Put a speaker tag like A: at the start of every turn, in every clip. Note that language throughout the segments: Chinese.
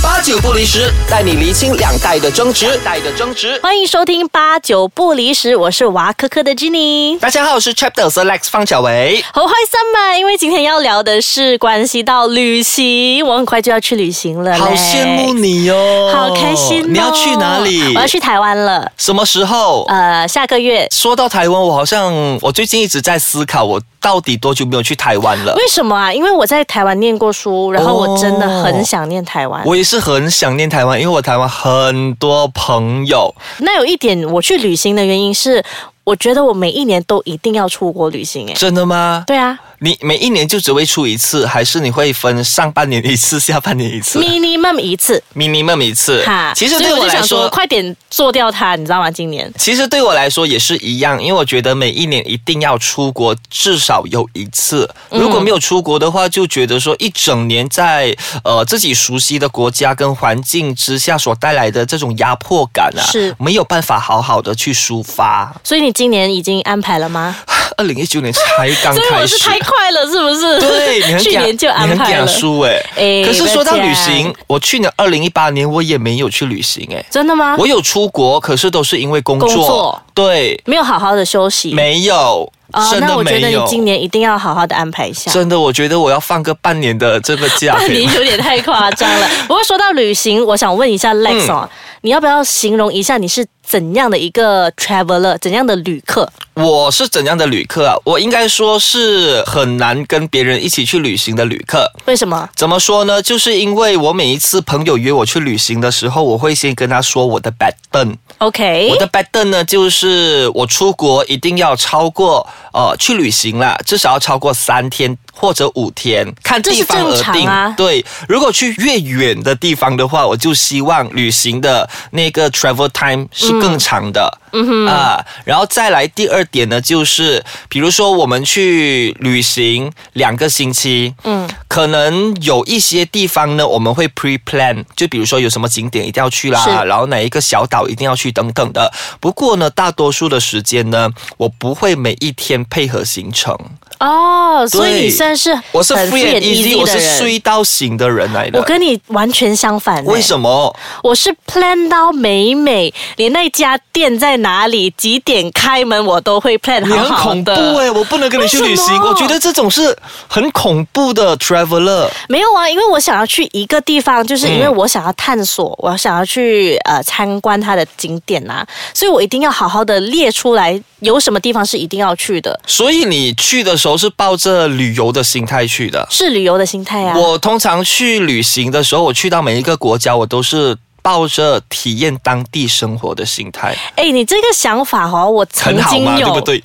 A: 八九不离十，带你厘清两代的争执。代的争执。
B: 欢迎收听八九不离十，我是娃科科的 Jenny。
A: 大家好，我是 Chapter Select 方小维。
B: 好开心啊！因为今天要聊的是关系到旅行，我很快就要去旅行了嘞，
A: 好羡慕你哦，
B: 好开心、哦！
A: 你要去哪里？
B: 我要去台湾了，
A: 什么时候？
B: 呃，下个月。
A: 说到台湾，我好像我最近一直在思考，我到底多久没有去台湾了？
B: 为什么啊？因为我在台湾念过书，然后我真的很想念台湾。
A: 我也是很想念台湾，因为我台湾很多朋友。
B: 那有一点，我去旅行的原因是，我觉得我每一年都一定要出国旅行。哎，
A: 真的吗？
B: 对啊。
A: 你每一年就只会出一次，还是你会分上半年一次、下半年一次
B: ？minimum 一次
A: ，minimum 一次。
B: 哈，
A: 其实
B: 所以
A: 对
B: 我
A: 我
B: 就
A: 来
B: 想说，
A: 说，
B: 快点做掉它，你知道吗？今年
A: 其实对我来说也是一样，因为我觉得每一年一定要出国，至少有一次。
B: 嗯
A: 如果没有出国的话，就觉得说一整年在呃自己熟悉的国家跟环境之下所带来的这种压迫感啊，
B: 是
A: 没有办法好好的去抒发。
B: 所以你今年已经安排了吗？
A: 二零一九年才刚
B: 所以
A: 开
B: 我是
A: 始，
B: 太快了，是不 是？
A: 对，你很
B: 去
A: 嗲
B: 年就安
A: 你很
B: 排
A: 嗲
B: 了。
A: 输哎、
B: 哎
A: 可是说到旅
B: 不要
A: 行，我去年二零一八年我也没有去旅行哎、
B: 真的吗？
A: 我有出国，可是都是因为工作。
B: 啊工作
A: 对，
B: 没有好好的休息。
A: 没有，
B: 啊、
A: 真
B: 那
A: 的
B: 我觉得
A: 没有
B: 你。今年一定要好好的安排一下。
A: 真的，我觉得我要放个半年的这 个假
B: 半
A: 给
B: 年有点太夸张 了。不过说到旅行，我想问一下 Lex
A: 嗯
B: 哦，你要不要形容一下你是怎样的一个 traveler，怎样的旅客？
A: 我是怎样的旅客啊？我应该说是很难跟别人一起去旅行的旅客。
B: 为什么？
A: 怎么说呢？就是因为我每一次朋友约我去旅行的时候，我会先跟他说我的 pattern，
B: OK，
A: 我的 pattern 呢，就是我出国一定要超过呃去旅行啦，至少要超过三天或者五天，看地方
B: 这是
A: 而
B: 正常
A: 定。
B: 啊
A: 对，如果去越远的地方的话，我就希望旅行的那个 travel time 是更长的。嗯哼啊，然后再来第二点呢，就是比如说我们去旅行两个星期，嗯，可能有一些地方呢，我们会 pre plan，就比如说有什么景点一定要去
B: 是
A: 啦，然后哪一个小岛一定要去等等的。不过呢，大多数的时间呢，我不会每一天配合行程，
B: 哦，所以
A: 对
B: 你算是
A: 我是
B: 很
A: free and easy，我
B: 的
A: 是
B: 人。
A: 睡到醒的人来
B: 我
A: 的。
B: 跟你完全相反、欸，
A: 为什么？
B: 我是 plan 到美美，连那家店在哪里、几点开门，我都会 plan
A: 你
B: 好
A: 很
B: 好
A: 恐怖
B: 的。
A: 哎、我不能跟你去旅
B: 为什
A: 行，
B: 么
A: 我觉得这种是很恐怖的 traveler。
B: 没有啊，因为我想要去一个地方，
A: 嗯
B: 就是因为我想要探索，我想要去呃参观它的景点啊，所以我一定要好好的列出来有什么地方是一定要去的，
A: 所以你去的时候是抱着旅游的心态去的。
B: 是旅游的心态啊。
A: 我通常去旅行的时候，我去到每一个国家，我都是抱着体验当地生活的心态，
B: 哎，你这个想法哦，我曾
A: 很好
B: 经
A: 嘛，
B: 有，
A: 对不 对？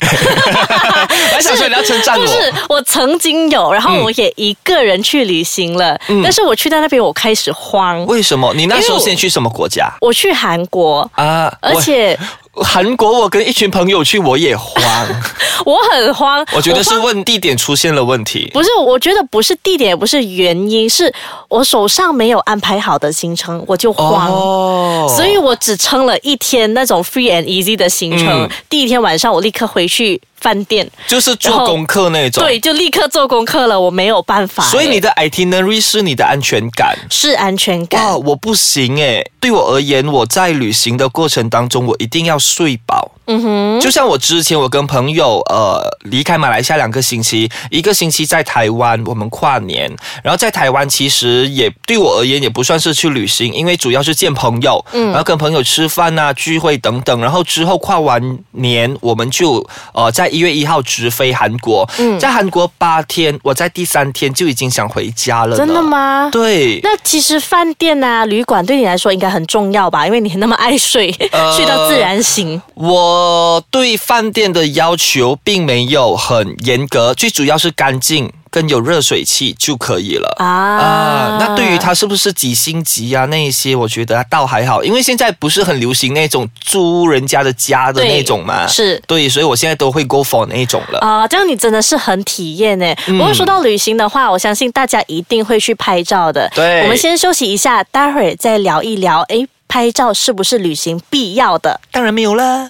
A: 还想说你要称赞
B: 不
A: 我，嗯
B: 是，我曾经有，然后我也一个人去旅行了，但是我去到那边，我开始慌。
A: 为什么？你那时
B: 因为
A: 候
B: 我
A: 先去什么国家
B: 我去韩国，
A: 啊？
B: 而且
A: 我韩国，我跟一群朋友去，我也慌。
B: 我很慌。
A: 我觉得是
B: 慌
A: 问地点出现了问题。
B: 不是，我觉得不是地点，也不是原因，是我手上没有安排好的行程，我就慌。
A: 哦
B: 所以我只撑了一天那种 free and easy 的行程。
A: 嗯
B: 第一天晚上我立刻回去饭店，
A: 就是
B: 然
A: 做
B: 后
A: 功课那种。
B: 对，就立刻做功课了，我没有办法。
A: 所以你
B: 欸
A: 的 itinerary 是你的安全感。
B: 是安全
A: 哇，
B: 感。
A: 我不行诶，对我而言，我在旅行的过程当中，我一定要睡饱。嗯哼，就像我之前，我跟朋友呃离开马来西亚两个星期，一个星期在台湾，我们跨年，然后在台湾其实也对我而言也不算是去旅行，因为主要是见朋友，嗯，然后跟朋友吃饭啊、聚会等等，然后之后跨完年，我们就呃在一月一号直飞韩国，嗯，在韩国八天，我在第三天就已经想回家了，
B: 真的？吗？
A: 对，
B: 那其实饭店啊、旅馆对你来说应该很重要吧，因为你那么爱睡，
A: 呃
B: 睡到自然醒。
A: 我对饭店的要求并没有很严格，最主要是干净跟有热水器就可以了。
B: 啊
A: 啊，那对于它是不是几星级啊那一些，我觉得倒还好，因为现在不是很流行那种租人家的家的
B: 对
A: 那种嘛。
B: 是
A: 对，所以我现在都会 go for 那一种了。
B: 啊、这样你真的是很体验呢。
A: 嗯
B: 不过说到旅行的话，我相信大家一定会去拍照的。
A: 对
B: 我们先休息一下，待会儿再聊一聊。诶，拍照是不是旅行必要的？
A: 当然没有啦。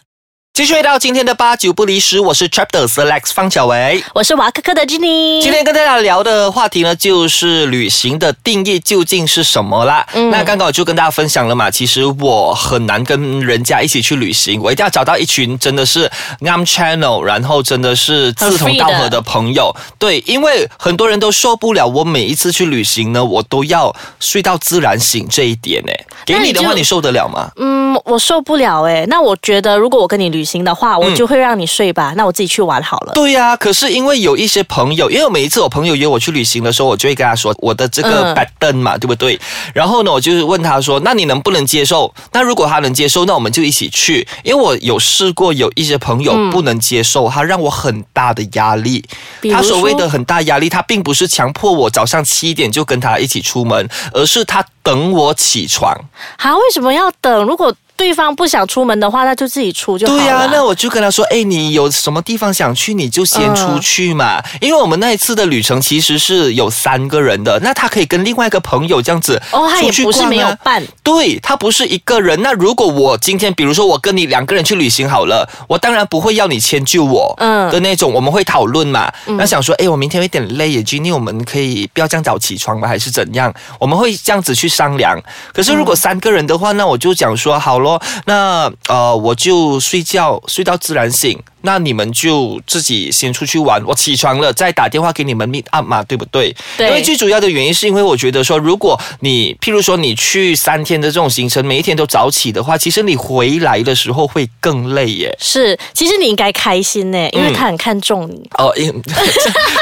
A: 继续回到今天的八九不离十，我是 Chapter Select 方小维。
B: 我是娃科科的 Jenny。
A: 今天跟大家聊的话题呢，就是旅行的定义究竟是什么啦。
B: 嗯
A: 那刚刚我就跟大家分享了嘛，其实我很难跟人家一起去旅行，我一定要找到一群真的是 am channel，然后真的是志同道合的朋友。对，因为很多人都受不了我每一次去旅行呢，我都要睡到自然醒这一点呢。欸给你的
B: 那
A: 话，
B: 你就
A: 你受得了吗？
B: 嗯，我受不了哎、那我觉得如果我跟你旅行的话，我就会让你睡吧，那我自己去玩好了。
A: 嗯对呀、可是因为有一些朋友，因为我每一次我朋友约我去旅行的时候，我就会跟他说我的这个
B: 嗯
A: b a 嘛，对不对？然后呢，我就是问他说，那你能不能接受？那如果他能接受，那我们就一起去。因为我有试过有一些朋友不能接受，他让我很大的压力。
B: 嗯比如
A: 他
B: 说
A: 所谓的很大压力，他并不是强迫我早上七点就跟他一起出门，而是他等我起床。
B: 好，啊为什么要等？如果对方不想出门的话，那就自己出就好了。
A: 对呀、那我就跟他说，哎，你有什么地方想去，你就先出去嘛。
B: 嗯
A: 因为我们那一次的旅程其实是有三个人的，那他可以跟另外一个朋友这样子
B: 哦，他
A: 出
B: 也
A: 去
B: 不
A: 逛啊。
B: 是没有办，
A: 对他不是一个人。那如果我今天，比如说我跟你两个人去旅行好了，我当然不会要你迁就我，
B: 嗯
A: 的那种，我们会讨论嘛。那想说，哎，我明天有点累耶，Jenny，我们可以不要这样早起床吗？还是怎样？我们会这样子去商量。可是如果三个人的话，那我就讲说，好咯，那呃，我就睡觉，睡到自然醒。那你们就自己先出去玩，我起床了再打电话给你们 meet up 嘛，对不对？
B: 对
A: 因为最主要的原因是因为我觉得说，如果你譬如说你去三天的这种行程，每一天都早起的话，其实你回来的时候会更累耶。
B: 是，其实你应该开心呢、因为
A: 嗯
B: 他很看重你。
A: 哦，因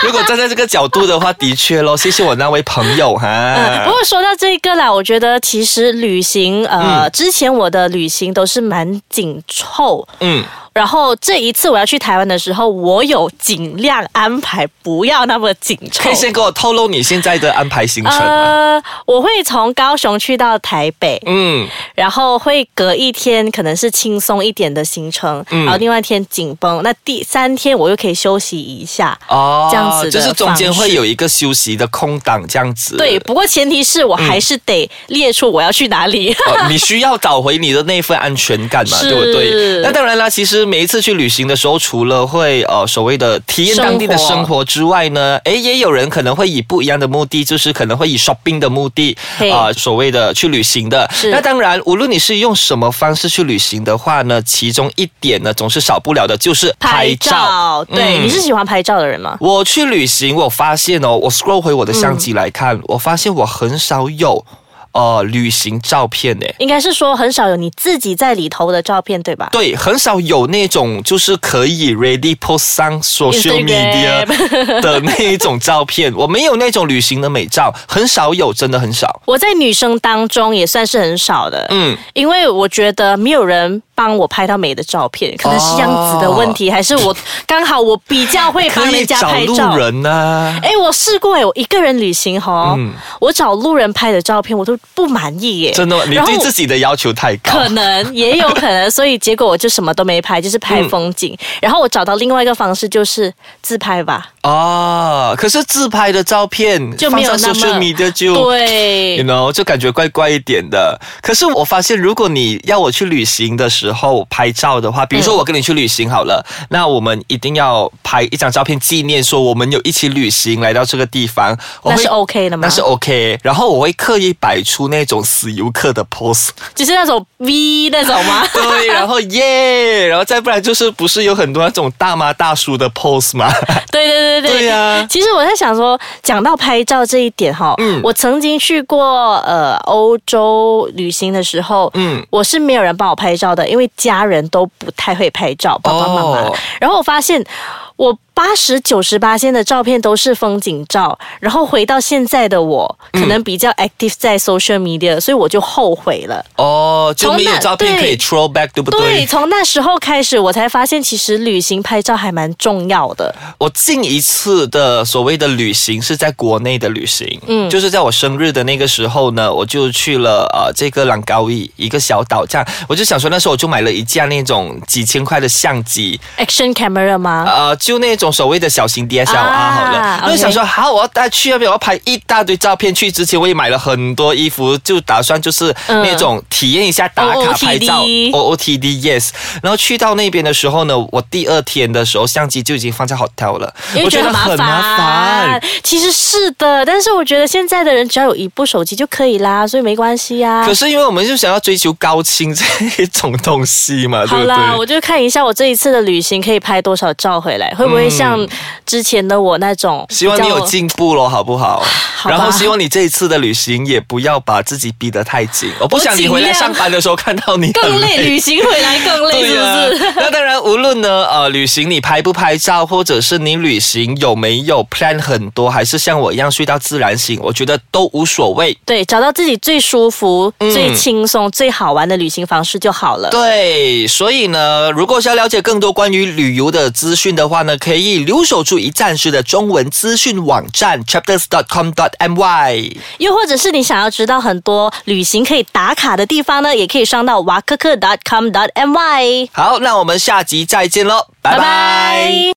A: 如果站在这个角度的话，的确咯，谢谢我那位朋友
B: 嗯，不
A: 哈。
B: 过说到这个啦，我觉得其实旅行，呃，之前我的旅行都是蛮紧凑，
A: 嗯，
B: 然后这一次我要去台湾的时候，我有尽量安排，不要那么紧凑
A: 可以。先给我透露你现在的安排行程吗？
B: 呃，我会从高雄去到台北，
A: 嗯，
B: 然后会隔一天可能是轻松一点的行程，
A: 嗯
B: 然后另外一天紧绷，那第三天我又可以休息一下。
A: 哦，
B: 这样子的
A: 就是中间
B: 方式
A: 会有一个休息的空档，这样子。
B: 对，不过前提是我
A: 嗯
B: 还是得列出我要去哪里。
A: 哦，你需要找回你的那份安全感嘛，
B: 是
A: 对不对？那当然啦，其实每一次去旅行的时候，除了会呃所谓的体验当地的生
B: 生
A: 活之外呢，诶，也有人可能会以不一样的目的，就是可能会以 shopping 的目的
B: 嘿
A: 啊、呃所谓的去旅行的。
B: 是
A: 那当然，无论你是用什么方式去旅行的话呢，其中一点呢总是少不了的就是拍照。
B: 对，
A: 嗯
B: 你是喜欢拍照的人吗？
A: 我去旅行，我发现哦，我 scroll 回我的
B: 嗯
A: 相机来看，我发现我很少有呃旅行照片诶。
B: 应该是说很少有你自己在里头的照片，对吧？
A: 对，很少有那种就是可以 ready post 上 social media
B: Instagram
A: 的那一种照片，我没有那种旅行的美照，很少有，真的很少。
B: 我在女生当中也算是很少的，
A: 嗯，
B: 因为我觉得没有人帮我拍到美的照片，可能是样子的问题，还是我刚好我比较会帮
A: 可以
B: 人家
A: 哦找
B: 拍
A: 路
B: 照。
A: 人啊呐、
B: 哎，我试过哎，我一个人旅行哈，我找路人拍的照片我都不满意耶，
A: 嗯真的吗，你
B: 然后
A: 对自己的要求太高。
B: 可能也有可能，所以结果我就什么都没拍，就是拍风景。
A: 嗯
B: 然后我找到另外一个方式，就是自拍吧，
A: 哦，可是自拍的照片
B: 就没有
A: 放上
B: 那
A: social
B: 么
A: media 就。
B: 对
A: you know，就感觉怪怪一点的。可是我发现，如果你要我去旅行的时候拍照的话，比如说我跟你去旅行好了，
B: 嗯
A: 那我们一定要拍一张照片纪念，说我们有一起旅行来到这个地方。我
B: 那
A: 会
B: 是 OK 的吗？
A: 那是 OK，然后我会刻意摆出那种死游客的 pose，
B: 就是那种 V 那种 吗？
A: 对，然后耶，然后再不然就是不是有很多那种大妈大叔的 pose 吗？
B: 对对对对
A: 对呀
B: 其实我在想说，讲到拍照这一点哈，
A: 嗯
B: 我曾经去过呃欧洲旅行的时候，
A: 嗯
B: 我是没有人帮我拍照的，因为家人都不太会拍照，爸爸妈妈。
A: 哦
B: 然后我发现我八十九十八的照片都是风景照，然后回到现在的我，
A: 嗯
B: 可能比较 active 在 social media，、所以我就后悔了。
A: 哦， 就
B: 从
A: 没有
B: 那
A: 照片可以
B: 对
A: throw back，对不
B: 对，从那时候开始，我才发现其实旅行拍照还蛮重要的。
A: 我近一次的所谓的旅行是在国内的旅行，嗯，就是在我生日的那个时候呢，我就去了呃这个朗高一一个小岛，这样我就想说那时候我就买了一架那种几千块的相机，
B: Action camera 吗？
A: 呃，就那种种所谓的小型 DSLR
B: 啊
A: 好了，因为
B: OK
A: 想说好，我要带去那边，我要拍一大堆照片。去之前我也买了很多衣服，就打算就是
B: 嗯
A: 那种体验一下打卡
B: OOTD
A: 拍照。OOTD 哦 yes，然后去到那边的时候呢，我第二天的时候相机就已经放在 hotel 了，
B: 因为
A: 啊我
B: 觉
A: 觉
B: 得
A: 得很
B: 很麻
A: 麻
B: 烦
A: 烦。。
B: 其实是的，但是我觉得现在的人只要有一部手机就可以啦，所以没关系啊呀、
A: 可是因为我们就想要追求高清这一种东西嘛，对
B: 好
A: 不对？
B: 啦，我就看一下我这一次的旅行可以拍多少照回来，会不会像之前的我那种比
A: 嗯希
B: 较？
A: 望你有进步咯，好不好？
B: 好吧
A: 然后希望你这一次的旅行也不要把自己逼得太紧，我不想你回来上班的时候看到你很
B: 更累，旅行回来更累，
A: 对啊
B: 是
A: 呀
B: 不是？
A: 那当然，无论呢，呃，旅行你拍不拍照，或者是你旅行有没有 plan 很多，还是像我一样睡到自然醒，我觉得都无所谓。
B: 对，找到自己最舒服、最轻松、最好玩的旅行方式就好了。
A: 嗯对，所以呢，如果是要了解更多关于旅游的资讯的话呢，可以留守住一站式的中文资讯网站 chapters.com.my。
B: 又或者是你想要知道很多旅行可以打卡的地方呢，也可以上到瓦克克 .com.my。
A: 好，那我们下集再见喽，拜拜。